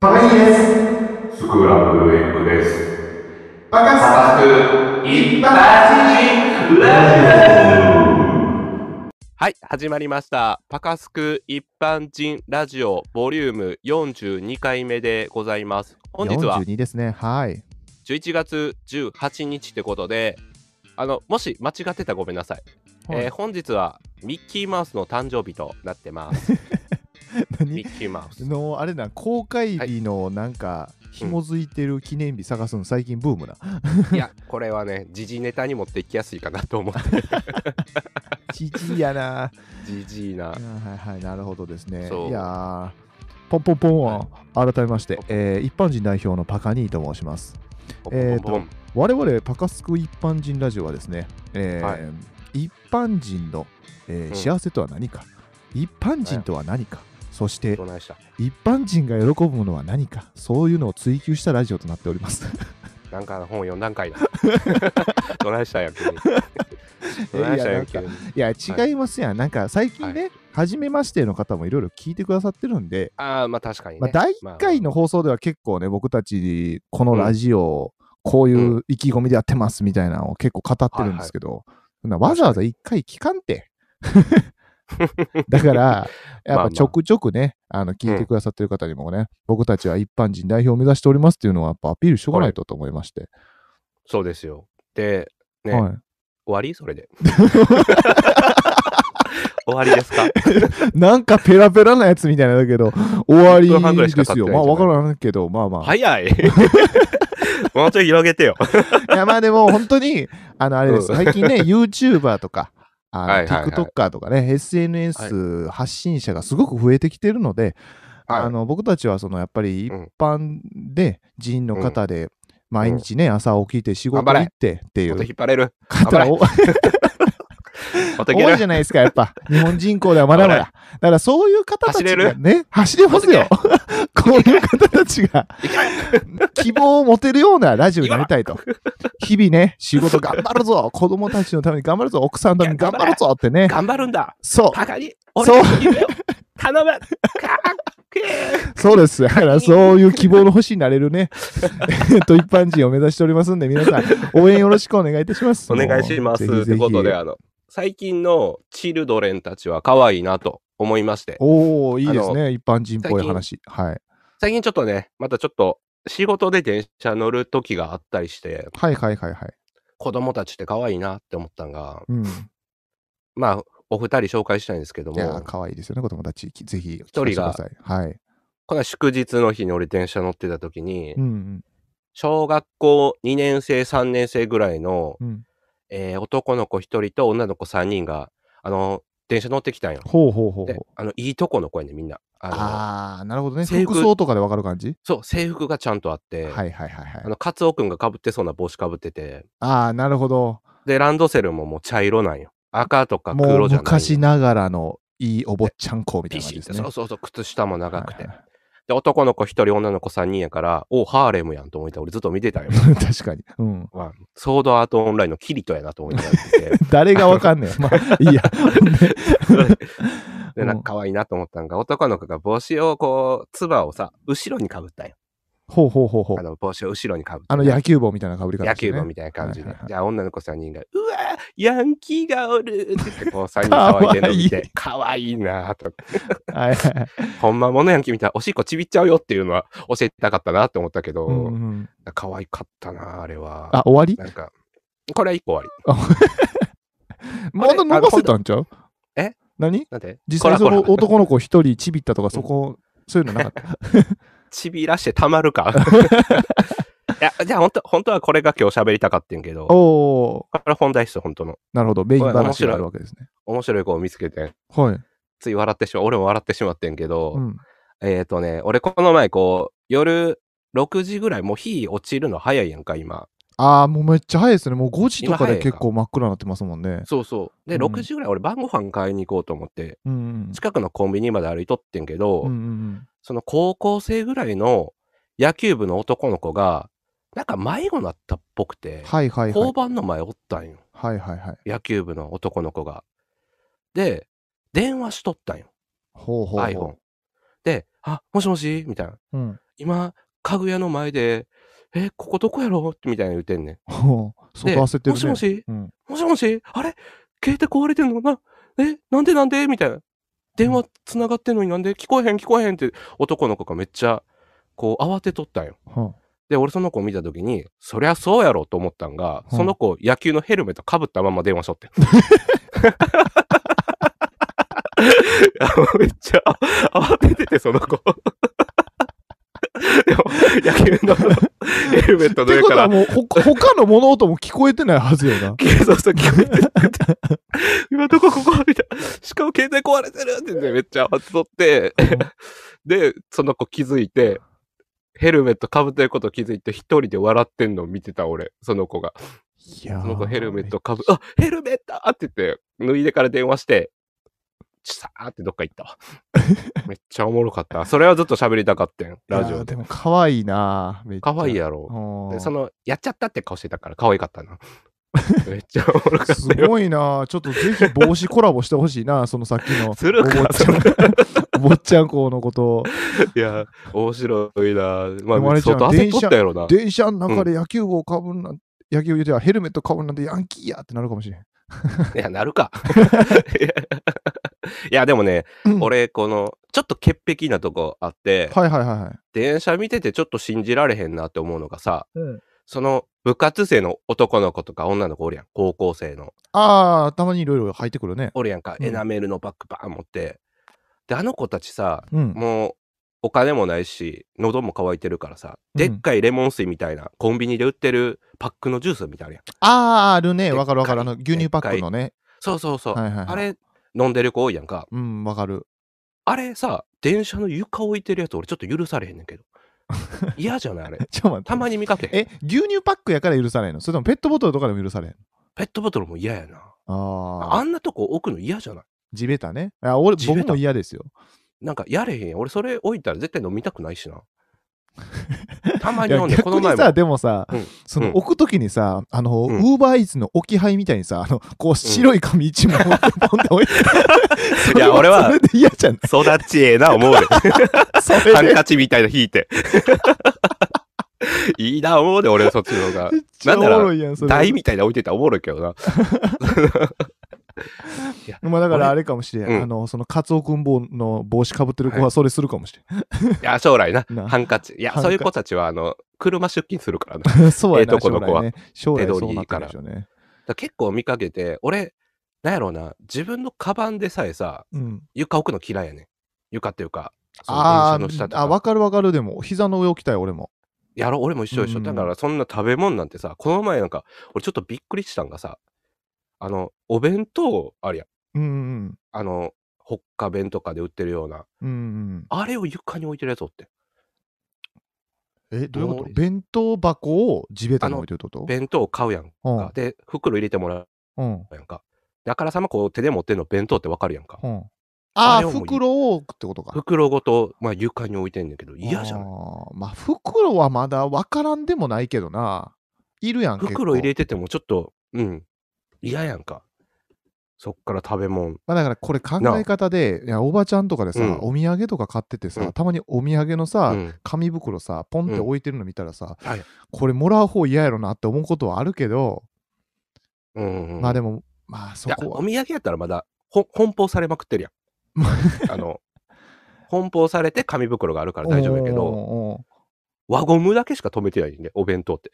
高木です。スクランブルエッグです。バカさサク一般人はい、始まりました。パカスク一般人ラジオボリューム42回目でございます。本日は42ですね。はい。 11月18日ってことで、あの、もし間違ってたらごめんなさい。はいえー本日はミッキーマウスの誕生日となって ます。ミ何ッキーマ ウス。のあれな公開日のなんか紐づいてる記念日探すの最近ブーム な。いや、これはね、時事ネタに持っていきやすいかなと思 って、ちち やな。時事なはい。はいはい、なるほどですね。そういやーポンポンポンは改めまして、えー一般人代表のパカニーと申します。えーとボンボン我々パカスク一般人ラジオはですね、えーは一般人の、えーうん幸せとは何か、一般人とは何か、そしてボンどないした一般人が喜ぶものは何かそういうのを追求したラジオとなっておりますなんか本読んだんかいな。 どないしたんや、 急に。どないしたんや、急に。いや違いますやん、なんか最近ね、初めましての方もいろいろ聞いてくださってるんで、ああ、まあ確かにね。まあ、第1回の放送では結構ね僕たちこのラジオをこういう意気込みでやってますみたいなのを結構語ってるんですけど、そんなわざわざ1回聞かんて だからやまっあまぱあちょくちょくねあの聞いてくださってる方にもね、僕たちは一般人代表を目指しておりますっていうのはやっぱアピールしとかないとと思いまして、そうですよ。で、ね、はい終、わりそ れで。終わりですかなんかペラペラなやつみたいなんだけど、終わり1分半ぐらいしかで経っすてよ。ないまあ、わからんけど、まあまあ。い、早い もうちょい広げてよ。や、まあでも、本当に、あの、あれです。うん最近ね、YouTuber とか、あのはいはいはい TikToker とかね、SNS 発信者がすごく増えてきてるので、はいあの僕たちは、その、やっぱり一般で、人員の方で、毎日ね、朝起きて仕事頑張れ行ってっていもっとう引っ張れる。方もをっといけ多いじる。ゃないですか、やっぱ。日本人口ではまだまだ。ほだからそういう方た走ちれがるね、走れますよ。こういう方たちがいけ希望を持てるようなラジオになりたいと。日々ね、仕事頑張るぞ、子供たちのために頑張るぞ、奥さんのために頑張るぞってね。頑張るんだ。そ高に俺の夢を頼む。かっけう、そうです。だからそういう希望の星になれるね、 えっと、一般人を目指しておりますんで、皆さん、応援よろしくお願いいたしま す。お願いします。もうぜってひぜひことで、あの、最近のチルドレンたちは可愛いなと思いまして。おー、いいですあね。一般人っぽい話。はい。最近ちょっとね、またちょっと仕事で電車乗る時があったりして、はいはいはいはい。子供たちって可愛いなって思ったんが、うん。まあ、お二人紹介したいんですけどいやー、も、可愛いですよね、子供たち。きぜひ、人が聞かせてください。はい。この祝日の日に俺電車乗ってた時に、うん小学校2年生、3年生ぐらいの、うん。うん。えー男の子1人と女の子3人が、あの、電車乗ってきたんよ。ほうほうほうでほう。、あの、いいとこの子やね、みんな。あのあー、なるほどね。制服服装とかでわかる感じそう、制服がちゃんとあって、はいはいはいはいあ。の、カツオくんが被ってそうな帽子被ってて、ああ、なるほど。で、ランドセルももう茶色なんよ。赤とかもう黒じゃない。昔ながらのいいお坊ちゃん校みたいピなシ感ッじでて、すね。そうそうそう、靴下も長くて。はいで、男の子一人、女の子三人やから、おうハーレムやんと思って、俺ずっと見てた よ。はい確かに。うん。まあ、ソードアートオンラインのキリトやなと思いながら見てて誰がわかんねえ。まあ、いいや。 で、なんか可愛いなと思ったんが、男の子が帽子をこう、つばをさ、後ろにかぶったんよ。ほうほうほうほうあ。の、帽子を後ろにかぶって。あの野球帽みたいな被り方野です球ね。部みたいな感じはでいはいは。いじゃあ、女の子三人が、うわーヤンキーがおるって言って、こう、三人騒いでるの見て、可愛いなと。はいはいはい。ほんまものヤンキーみたいな、おしっこちびっちゃうよっていうのは教えたかったなって思ったけど、うんうん可愛かったな、あれは。あ、終わりなんか、これは一個終わり。まだ伸ばせたんちゃうえ何なんで実際こそらのこら男の子一人ちびったとか、そこ、そういうのなかった。 ちびらしてたまる か。いや、じゃあ本当、本当はこれが今日喋りたかってんけど、こおおれ本題室、本当の。なるほど。メインこれ面話白いがあるわけですね。面白い子を見つけて、はい。つい笑ってしまう。俺も笑ってしまってんけど、うん。えっ、とね、俺この前こう、夜6時ぐらい、もう日落ちるの早いやんか、今。ああ、もうめっちゃ早いですね。もう5時と今かで早いか結構真っ暗になってますもんね。そうそう。で、うん6時ぐらい俺晩ご飯買いに行こうと思って、うんうん近くのコンビニまで歩いとってんけど、うん。うんうんその高校生ぐらいの野球部の男の子が、なんか迷子になったっぽくうてん。、はいはいは交い。番の前おったんよ。はいはいはい。野球部の男の子が。で、電話しとったんよ、ほうほうほ iPhone。で、あ、もしもしみたいな。 う。うん。今、家具屋の前で、え、ここどこやろみたいな言ってんねん。ほう相で当焦ってるね。もしもしうん、もしもしあれ携帯壊れてんのな、え、なんでなんでみたいな。電話つながってんのになんで聞こえへん聞こえへんって男の子がめっちゃ、こう慌てとったんよ。はで、俺その子を見たときに、そりゃそうやろと思ったんが、うんその子野球のヘルメットかぶったまま電話しとって ん。 めっちゃ慌ててて、その子。 でも野球のヘルメッあトのって上こかとらはもうほ他の物音も聞こえてないは ずやな。警察と聞こえてるって 言って今どこここみたいな。しかも携帯壊れてるって言ってめっちゃ慌てとって、で、その子気づいて、ヘルメットかぶってること気づいて一人で笑ってんのを見てた俺、その子が。いやそーの子ヘルメットかぶ、あ、ヘルメットって言って、脱いでから電話して、ちさーってどっか行 ったわ。めっちゃおもろかった。それはずっと喋りたかったん、ラジいやオーでで。も可愛いな。めっちゃ可愛いやろ。うんでその、やっちゃったって顔してたから可愛かったな。 めっちゃおもろかったよ。すごいな。ちょっとぜひ帽子コラボしてほしいな。そ のさっきの。するかお坊ちゃん そお坊ちゃん子のこと。いや、面白いな。までもああ、れじゃ相ん当焦っとったやろな。電車の中で野球帽かぶんな、野球言うてはヘルメットかぶんなんでヤンキーやってなるかもしれん。いや、なるか。いやいや、でもね、うん俺、この、ちょっと潔癖なとこあって、はいはいはいはい。電車見ててちょっと信じられへんなって思うのがさ、うんその部活生の男の子とか女の子おるやん、高校生の。ああ、たまにいろいろ入ってくるね。おるやんか、うんエナメルのバッグバーン持って。で、あの子たちさ、うん。もう、お金もないし、喉も渇いてるからさ、うんでっかいレモン水みたいな、コンビニで売ってるパックのジュースみたいなのあるやん。ああ、あるでっね。かいわかるわかる。あの、牛乳パックのね。そうそうそう。はいはいはい。あれ飲んでる子多いやんか。うん、わかる。あれさ、電車の床置いてるやつ俺ちょっと許されへんねんけど。嫌じゃないあれ。ちょっと待って。たまに見かけへん。え、牛乳パックやから許されんのそれともペットボトルとかでも許されんのペットボトルも嫌やな。あああ。んなとこ置くの嫌じゃない地べたね。あ俺、地べた僕も嫌ですよ。なんかやれへんやん。俺それ置いたら絶対飲みたくないし な。たまいに飲やんで、こ逆の前にさ、も。でもさうん、そうのん置くときにさ、あの、ウうんーバーイーツの置き配みたいにさ、あの、こう白い紙一枚持ってポンって置いて。そ いれやは俺はそれで嫌じゃん。育ちええな思うで。それハンで。カチみたいな引い て。いいな思うで、俺そっちの方がめ。っちゃおもろいやん、それ。台みたいな置いてたらおもろいけどな。まあだからあれかもしれん。うんあの、その、カツオくん坊の帽子かぶってる子ははそれするかもしいや、将来なな。ハンカチ。いやハ、ンカそういう子たちは、あの、車出勤するからな。だかれん。 そうやな、ええとこの子は将来ね。将来手取そうりないっいてかるらでしょうね。ら結構見かけて、俺、なんやろうな、自分のカバンでさえさ、うん。床置くの嫌いやねん。床っていうか、その電車あの下ーとあ、か。わかるわかる。でも、膝の上置きたい、俺も。やろ、俺も一緒一緒。うんだから、そんな食べ物なんてさ、この前なんか、俺ちょっとびっくりしたんがさ、あの、お弁当、あれや、うんうんあの、ほっか弁とかで売ってるような、うん。うんあれを床に置いてるやつおって。うん。え、どういうこどとう弁当箱を地べたに置いてるってこと弁当を買うやんか。で、袋入れてもらうん。うん。うやんか。であからさまこう手で持ってんの弁当ってわかるやんか。うん。あああ、れをもう袋をってことか。袋ごと、まあ、床に置いてんねんけど嫌じゃあないーまあ、袋はまだわからんでもないけどな。いるやん、結構袋入れててもちょっとうん嫌やんかそっから食べ物まあ、だからこれ考え方で、いやおばちゃんとかでさ、うんお土産とか買っててさ、うんたまにお土産のさ、うん紙袋さ、ポンって置いてるの見たらさ、はいこれもらう方嫌やろなって思うことはあるけど、うんうんうんまあでも、まあそいやこおは。土産やったらまだほ奔放されまくってる やんあの奔放されて紙袋があるから大丈夫やけおーどおー輪ゴムだけしか止めてないんでお弁当って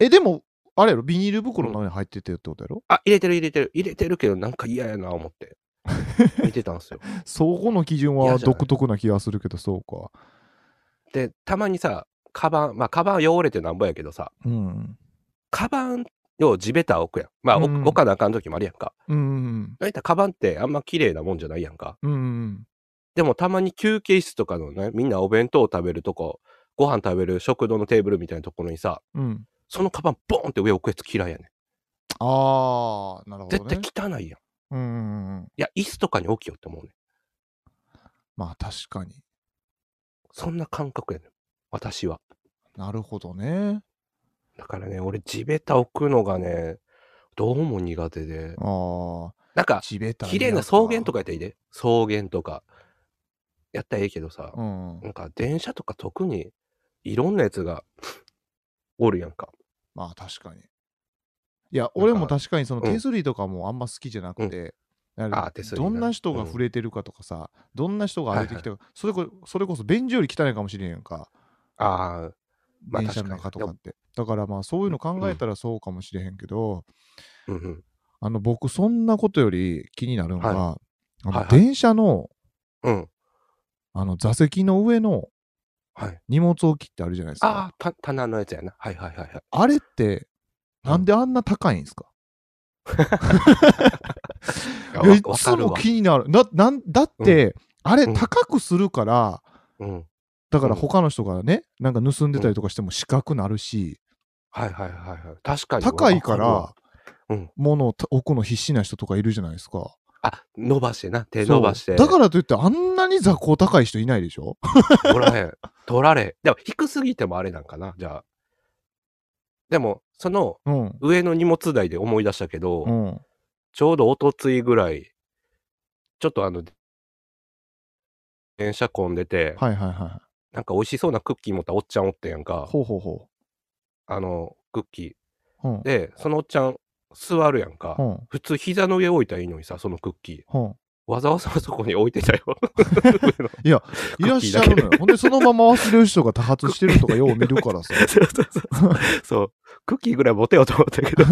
え、でも、あれやろ、ビニール袋の中に入っててってことやろ、あ入れてる入れてる入れてるけどなんか嫌やな思って 見てたんすよそこの基準嫌はじゃない独特な気がするけど、そうか。でたまにさカバンまあカバン汚れてなんぼやけどさうん。カバンを地べた置くやんまあ、置くうん置かなあかん時もあるやんかうんうん大体カバンってあんま綺麗なもんじゃないやんか。うん。うんうん。でもたまに休憩室とかのね、みんなお弁当を食べるとこ、ご飯食べる食堂のテーブルみたいなところにさ、うん。そのカバンボーンって上置くやつ嫌いやねん。ああ、なるほど、ね。絶対汚いやん。いうんうんうん。や、椅子とかに置きよって思うねん。まあ確かに。そんな感覚やねん。私は。なるほどね。だからね、俺地べた置くのがね、どうも苦手で。ああ、なんか、地べた。綺麗な草原とかやったらいいで。草原とか。やったらええけどさ、うん。なんか電車とか特にいろんなやつが おるやんか。まあ確かに。いや、か俺も確かにそのうん手すりとかもあんま好きじゃなくて、なんかあー手すりなどんな人が触れてるかとかさ、どんな人が歩いてきたか、それこそれこそ便所より汚いかもしれんやんか、ああ、まあ電車の中とかって。だからまあそういうの考えたらそうかもしれへんけど、うんうん。あの僕そんなことより気になるのが、はあのはいはい電車のうん。あの座席の上のはい。荷物置きってあるじゃないですか。ああ、た棚のやつやな。はいはいはいはい。あれって、なんであんな高いんですか、いやいつも気になる。だなんだって、あれうん高くするから、うん。だから他の人がね、なんか盗んでたりとかしても四角なるし、はいはいはいはい。確かに。高いかわらるわうん、物をた置くの必死な人とかいるじゃないですか。るわ。あ、伸ばしてな。手伸ばして。そうだからといって、あんなに座高高い人いないでしょ取らへん。取られへん。でも、低すぎてもあれなんかな、じゃあ。でも、そのうん。上の荷物台で思い出したけど、うん。ちょうどおとついぐらい、ちょっとあの、電車混んでて、はいはいはなんか美味しそうなクッキー持ったおっちゃんおってんやんい。か、ほうほうほあの、クッキう。うんー。。で、そのおっちゃん、座るやんか。うん。普通、膝の上置いたらいいのにさ、そのクッキー。うん、わざわざそこに置いて たよ。いらっしゃるのよ。ほんで、そのまま忘れる人が多発してるとかよう見るからさ。そうそうそうそう。そう。クッキーぐらい持てよと思ったけ ど。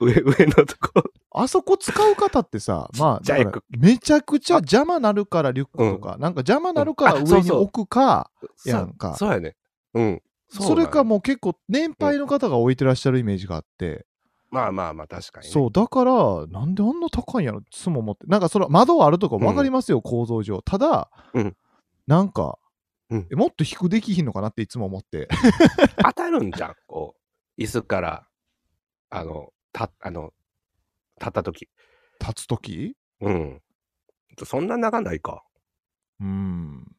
上、上のとこ。 あそこ使う方ってさ、まあ、ちっちゃいだからめちゃくちゃ邪魔なるからリュックとか、なんか邪魔なるからうんあそ上うにそう置くか、そうやんかそうやね。うん。そうなんれやかもう結構年配の方が置いてらっしゃるイメージがあって、まあまあまあ、確かに、ね。そう、だから、なんであんな高いんやろいつも思って、なんかその窓あるとか分かりますよ、構造上。ただ、うんなんか、うんえもっと低くできひんのかなっていつも思って。当たるんじゃん。こう、椅子から、あの、た、あの、立ったとき。立つときうん。そんな長ないか。っうん。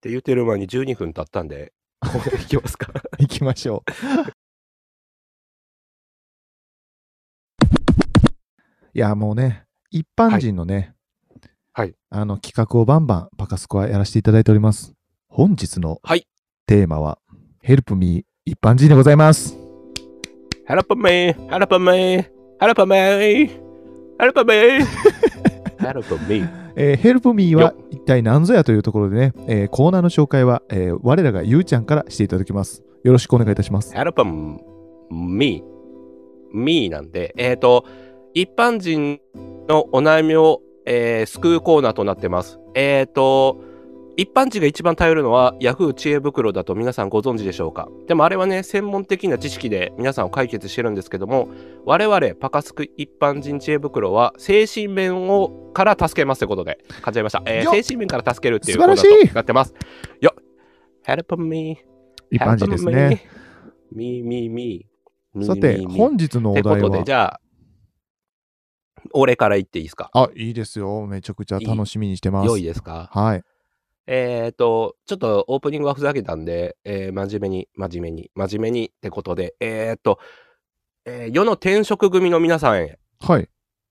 て言ってる前に12分経ったんで、これいきますか。行きましょう。いや、もうね、一般人のね、はいあの企画をバンバンパカスコアやらせていただいております。本日のはいテーマは、Help Me 一般人でございます。ハラパメー、ハラパメー、ハラパメー、ハラパメー、ハラパメー。えー、Help Me はよ一体何ぞやというところでね、えーコーナーの紹介は、えー我らがゆうちゃんからしていただきます。よろしくお願いいたします。ハラパン、ミー、ミーなんで、えっ、と、一般人のお悩みを、えー救うコーナーとなってます。えっ、と、一般人が一番頼るのは Yahoo 知恵袋だと皆さんご存知でしょうかでもあれはね、専門的な知識で皆さんを解決してるんですけども、我々パカスク一般人知恵袋は精神面をから助けますということで、感じました。えーよっ精神面から助けるっていう素コー晴ナらしいーとなってます。よっ Help me. 一般人ですね。。みみみ。さて、本日のおってこ題とで、はじ、ゃあ、俺から言っていいですかあ、いいですよ。めちゃくちゃ楽しみにしてます。良いですかはい。えっ、と、ちょっとオープニングはふざけたんで、えー真面目に、真面目に、真面目にってことで、えっ、と、えー世の転職組の皆さんへ、はい。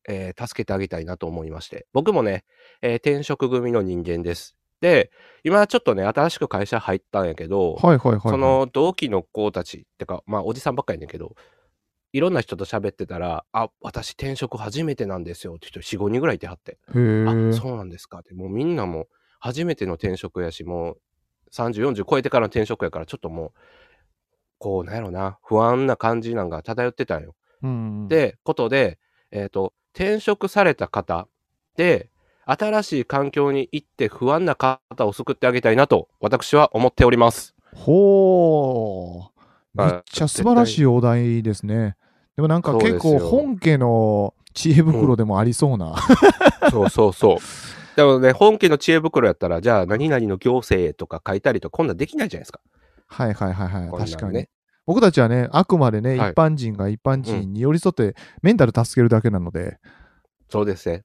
えー助けてあげたいなと思いまして、僕もね、えー転職組の人間です。で、今ちょっとね、新しく会社入ったんやけど、はいはいはいはい。その同期の子たちってかまあおじさんばっかりやねんけどいろんな人と喋ってたら「あ私転職初めてなんですよ」って人45人ぐらいいてはってへ「あーそうなんですか」ってもうみんなもう初めての転職やしもう3040超えてからの転職やからちょっともうこうなんやろな不安な感じなんが漂ってたんよ。うんうん、でことで、えー、と転職された方で新しい環境に行って不安な方を救ってあげたいなと私は思っております。ほう。めはいっちゃ素晴らしいお題ですね。でもなんかそうです結よ構本家の知恵袋でもありそうな。そうそうそう。でもね、本家の知恵袋やったら、じゃあ、何々の行政とか書いたりとか、こんなんできないじゃないですか。はいはいはいはい。こんなんね確かに。僕たちはね、あくまでね、はい一般人が一般人に寄り添ってメンタル助けるだけなので。そうですね。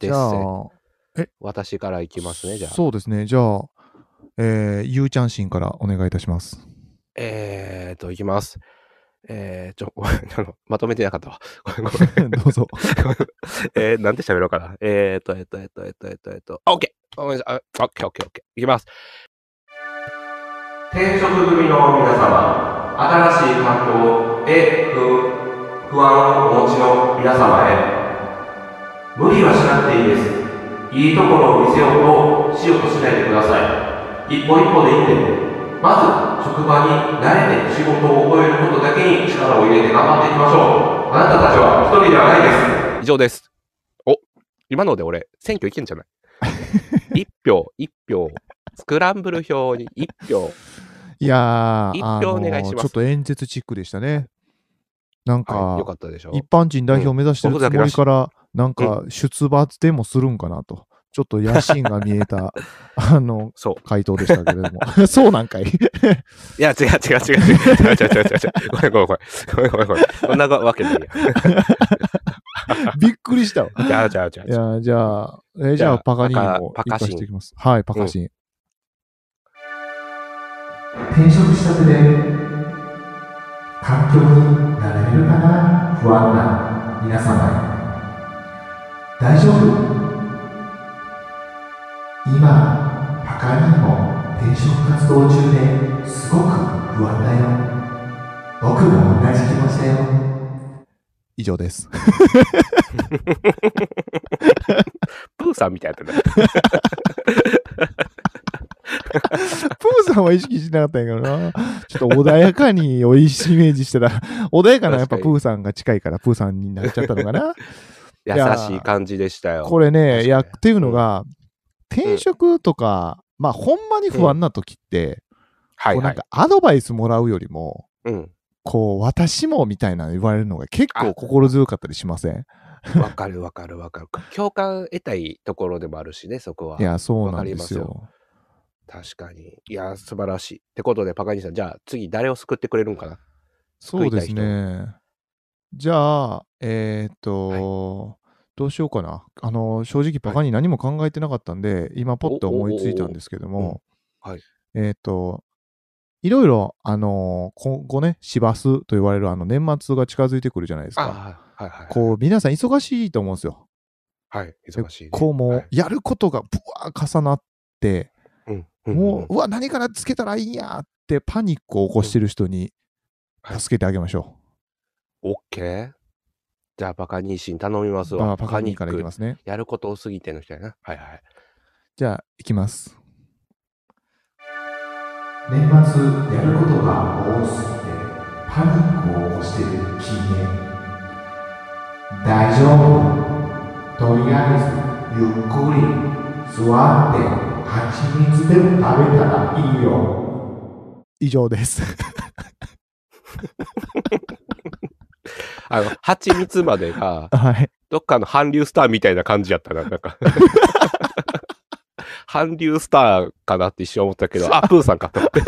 でじすゃね。あ、私からいきますね、じゃあ。そうですね。じゃあ、 えーゆうちゃんしんからお願いいたします。 えーっと、いきます。 えー、ちょ、ごめんあの、まとめてなかったわ。 ごめんごめん。どうぞ。えー、なんて喋ろうかな。えーと、えーと、えーと、えーと、えーと、えーと、あ、OK! ごめんなさい。あ、OK、OK、OK。いきます。転職組の皆様、新しい環境へ不不安をお持ちの皆様へ、無理はしなくていいです。いいところを見せようとしようとしないでください。一歩一歩でいいんで、まず職場に慣れて仕事を覚えることだけに力を入れて頑張っていきましょう。あなたたちは一人ではないです。以上です。お、今ので俺、選挙いけんじゃない一票、一票、スクランブル票に一票。いやー、一あ票おの願いしますちょっと演説チックでしたね。なんか、はい、よかったでしょ一般人代表目指してるうん僕だつけもらりしいから、なんか出馬でもするんかなと、ちょっと野心が見え た、あの、そう。回答でしたけれども。 そうなんかい。いや、違う違う違う違う違う違う違う違う。ごめんごめんごめん。ごめんごめんごめん。そんなわけないびっくり したわ。いや。違う違う違う違う。や、じゃあ、えーじじゃゃああ、パカニーもパカ生かしていきます。はい、パカシン。転職したてで環境になれるかな不安な皆様へ大丈夫今パカニーも転職活動中ですごく不安だよ僕も同じ気持ちだよ以上です。 プーさんみたいだったね。プーさんは意識しなかったんやけどな。ちょっと穏やかにをイメージしたら、穏やかなやっぱ確プかにーさんが近いから、プーさんになっちゃったのかな。優やしい感じでしたよ。これ確かね、にいや、っていうのが、転職とか、まあ、ほんまに不安な時って、はいこうはないん。かアドバイスもらうよりも、うん。こう、私もみたいなの言われるのが結構心強かったりしません。わかるわかるわかる。共感得たいところでもあるしね、そこはいや、そうなんですわかよ。確かに。いや、素晴らしい。ってことで、パカニさん、じゃあ次誰を救ってくれるんかなそうですね。じゃあ、えーっと、どうしようかな。あの、正直、バカに何も考えてなかったんで、今、ポッと思いついたんですけども、おおおおはいえーっと、いろいろ、あの、今後ね、市バスと言われる、あの、年末が近づいてくるじゃないですか。ああ、はいはいはい。こう、皆さん忙しいと思うんですよ。はい、忙しいね。こう、もはうい、やることがぶわー重なって、うん、もんう、うわ、何からつけたらいいんやって、パニックを起こしてる人に、はい助けてあげましょオッケー。じゃあ、パカニシン頼みますう。わ。あパカニーからいきますね。やることを過ぎての人やな。はいはい。じゃあ、いきます。年末やることが多すぎてパニックを起こしている君へ大丈夫とりあえずゆっくり座って蜂蜜でも食べたらいいよ以上です。あの、蜂蜜まで が、 はい。どっかの韓流スターみたいな感じやったな、なん か。韓流スターかなって一瞬思ったけど、あ、プーさんかと思って。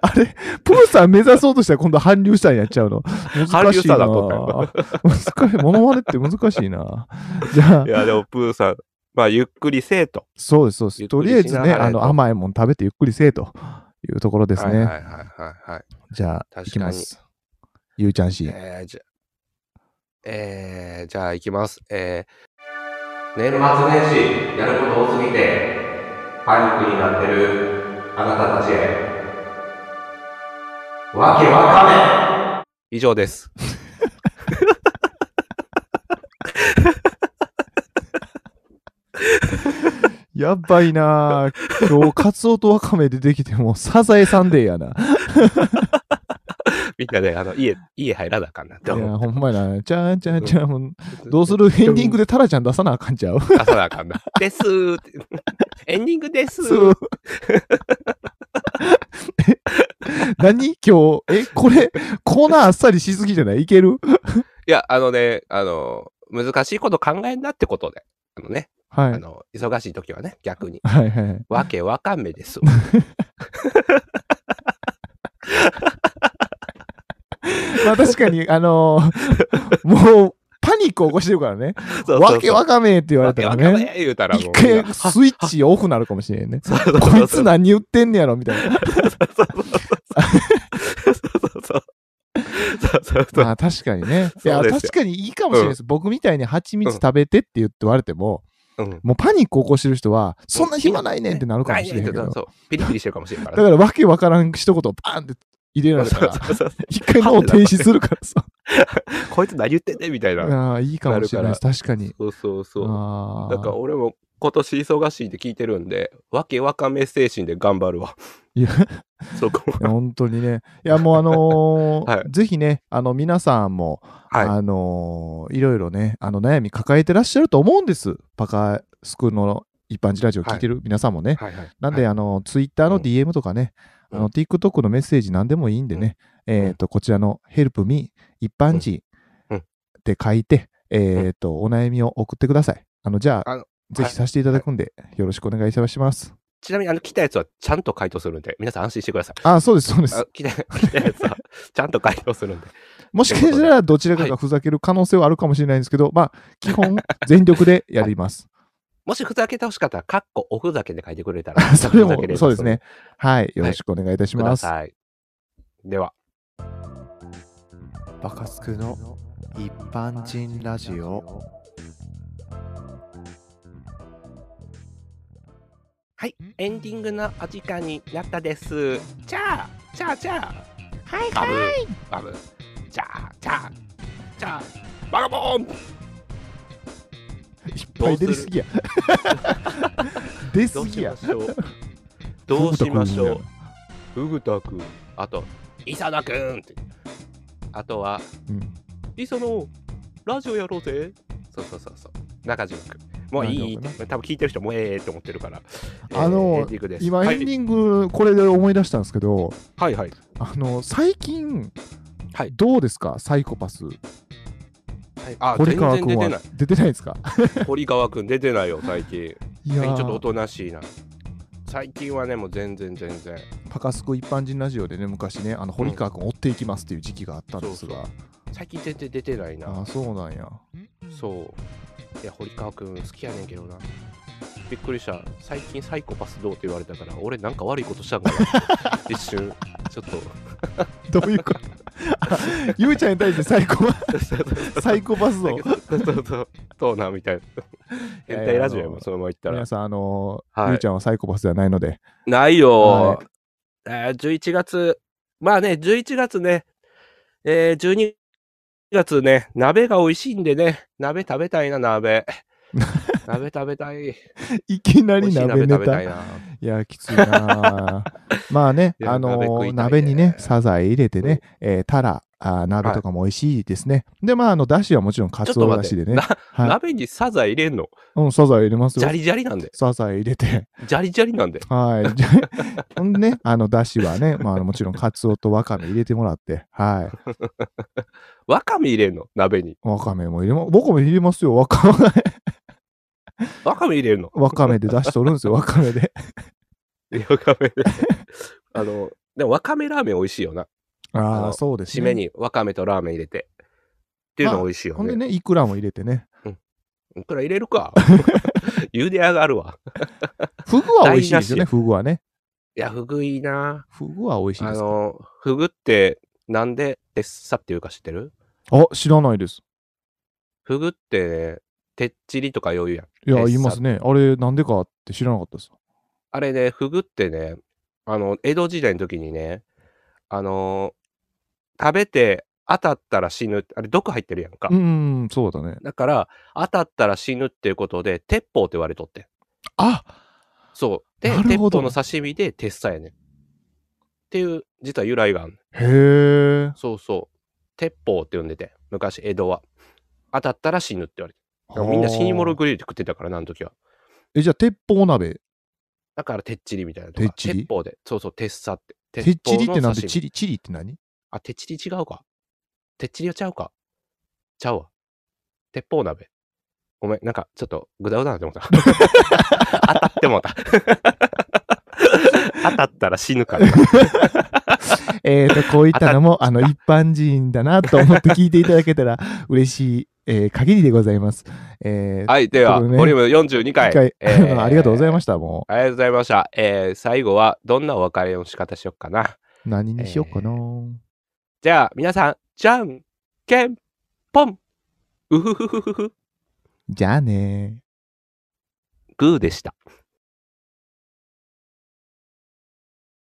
あれ、プーさん目指そうとしたら今度韓流スターになっちゃうの。韓難流しスいターなだと思っ。難しい。モノマネって難しいな。じゃあい、や、でもプーさん、まあ、ゆっくりせえと。そうです、そうでゆっくす。とりりあえずしなね、がらあの、甘いもん食べてゆっくりせえというところですね。はいはいはいはい。じゃあ、い確きかにます。ゆうちゃんシーン。えー、じゃ、えー、じゃあ行きます。えー、年年末、末年始やることを過ぎてパニックになってるあなたたちへわけわか以上です。 やばい なあ今日、カツオとワカメ出てきても、サザエサンデーやな。みんなで、あの、家、家入らなあかんなっいて思 や、う。ほんまやな。ちゃんちゃんちゃん。もうどうするるエンディングでタラちゃん出さなあかんちゃう出さなあかんな。 ですーって。エンディングですー。え 何今日、え、これ、コーナーあっさりしすぎじゃないいけるいや、あのね、あの、難しいこと考えんなってことで。あのね、はあい。の、忙しい時はね、逆に。はいはい。わけわかんめです。 まあ確かに、 あのーもう、パニック起こしてるからね。わけわかかめえって言われわたけらわかんね。め言うたらも一う。回スイッチオフなるかもしれんね。 そうそうそうこいつ何言ってんねやろみたいな。そうそうそうそうそうそうそうそうそうそう。まあ確かにね。いそや、うですよ確かにいいかもしれないです。僕みたいに蜂蜜食べてって言って言われても、うん。もうパニック起こしてる人は、そんな暇ないねんってなるかもしれへんなけいねどん。そう。ピリピリしてるかもしれんかだらかね。らわけわからん一言バーンって入れられた らそう、そうそうそう一回脳停止するから さ。こいつ何言ってんねんみたいな。ああ、いいかもしれないです。確かに。そうそうそう。ああ。だから俺も今年忙しいって聞いてるんで、わけわかめ精神で頑張るわ。 いやそこ いや本当にね。いや、もうあのーはいぜひね、あの、皆さんも、はいあのーいろいろね、あの、悩み抱えてらっしゃると思うんです。パカスクの一般人ラジオ聞いてる皆さんもね。はいはい。なんで、あの、ツイッターのうん DM とかね、あうの、TikTok のメッセージ何でもいいんでね、えっ、と、こちらの Help Me 一般人うんうんって書いて、えっ、と、お悩みを送ってください。あの、じゃああの、ぜひさせていただくんで、よろしくお願いいたします。ちなみにあの来たやつはちゃんと回答するんで、皆さん安心してください。あ、そうです、そうですあ。来た来たやつはちゃんと回答するんで。もしかしたらどちらかがふざける可能性はあるかもしれないんですけど、ま あ、基本、全力でやります。、もしふざけてほしかったら、かっこおふざけで書いてくれたら それふもざけれ、ばそうですね。。はい。よろしくお願いいたしくだます。さい。では、バカスクの一般人ラジオ。はい、エンディングのお時間になったです。じゃあ、じゃあ、じゃあ、はいはい、バブ、じゃあ、じゃあ、じゃあ、バカボンいっぱい出すぎや。出すぎや。ょう。どうしましょう。ふぐたくん、あと、いさだくんって。あとは、うん磯野ラジオやろうぜそうそうそうそう中島君もういいっなるて多分聞いてる人もうええって思ってるからあえのーエンディングです今、エンディング、これで思い出したんですけど、はいはいはいあの、最近はい、どうですかサイコパス。はいあ堀川全君然出てはな出てないですかい堀川君出てないよ最近いちやょっとおーとなしいな最近はねもう全然全然パカスク一般人ラジオでね、昔ね、あの堀川君追っていきますっていう時期があったんですが、最近全然出てないあなあ、そうな んや。そういや堀川君好きやねんけどなびっくりした最近サイコパスどうって言われたから俺なんか悪いことしたん かなって一瞬ちょっとどういうことあ ゆうちゃんに対して最高 最高パスをそうそうそう。そうな、みたい な。変や態ラジオやもあのん、そのまま言ったら皆。さん、あのーはいゆうちゃんはサイコパスではないので、ないよはー、えー11月、まあね、11月ね、えー、12月ね、鍋が美味しいんでね、鍋食べたいな、 鍋。鍋食べたい。いきな美り味しい鍋鍋ネ食べタ。たいいな。や、きついなぁ。 まあね、いやあの鍋食いたいーね鍋にね、サザエ入れてね、えータラ、あー鍋とかも美味しいですね。で、まあ、あの、だしはもちろんカちょっツとオだ待しっでて、ねな。は鍋にサザエ入れんのい。うん、サザエ入れますジャよ。リジャリなんで。サザエ入れて。ジャリジャリなんで。はいじゃあ。 ほんでね、あの、だしはね、まああの、もちろんカツオとわかめ入れてもらって、はい。わかめ入れんの鍋に。わかめも入れま、わかめ入れますよ。わかめ、 わかめ入れるのわかめで出しとるんですよ。わかめで。わか めで。あの、でもわかめラーメン美味しいよな。あああ、のそうです締めね。にわかめとラーメン入れて。っていうの美味しいよほんでね。ね、いくらも入れてね。いくら入れる か。茹で上がるわ。フグは美味しいです台無よね、しやフグはね。いや、フグいいな。フグは美味しいあです。の、フグってなんでてっさっていうか知ってるあ、知らないです。フグってね、てっちりとか余裕やん。いや、え言いますね。あれ、なんでかって知らなかったです。あれね、フグってね、あの、江戸時代の時にね、あの、食べて当たったら死ぬ。あれ、毒入ってるやんか。うーん、そうだね。だから、当たったら死ぬっていうことで、鉄砲って言われとってん。あそう。でな、る鉄ほど砲の刺身で鉄さやねん。っていう、実は由来がある。へえ。そうそう。鉄砲って呼んでて、昔、江戸は。当たったら死ぬって言われて。だからみんな死に物はあ狂いで食ってたからな、あの時は。え、じゃあ、鉄砲鍋。だから、てっちりみたいなとてっか。ちり鉄砲で。そうそう、鉄さって。鉄チリってなん鉄砲の刺で身チリ、チリって何あ、てっちり違うか。てっちりはちゃうか。ちゃうわ。鉄砲鍋。ごめん、なんか、ちょっと、ぐだぐだなって思 った。当たってもうた。当たったら死ぬから。えーと、こういった のも、あの、一般人だなと思って聞いていただけたら 嬉しい、えー限りでございます。えー、はい、では、ということでねボリューム42回。一回、えー ありがとうございました。もありがとうございました。えー最後はどんなお別れの仕方しよっかな。う、何にしようかな。じゃあ、皆さん、じゃんけんぽんうふふふふふじゃあねー。グーでした。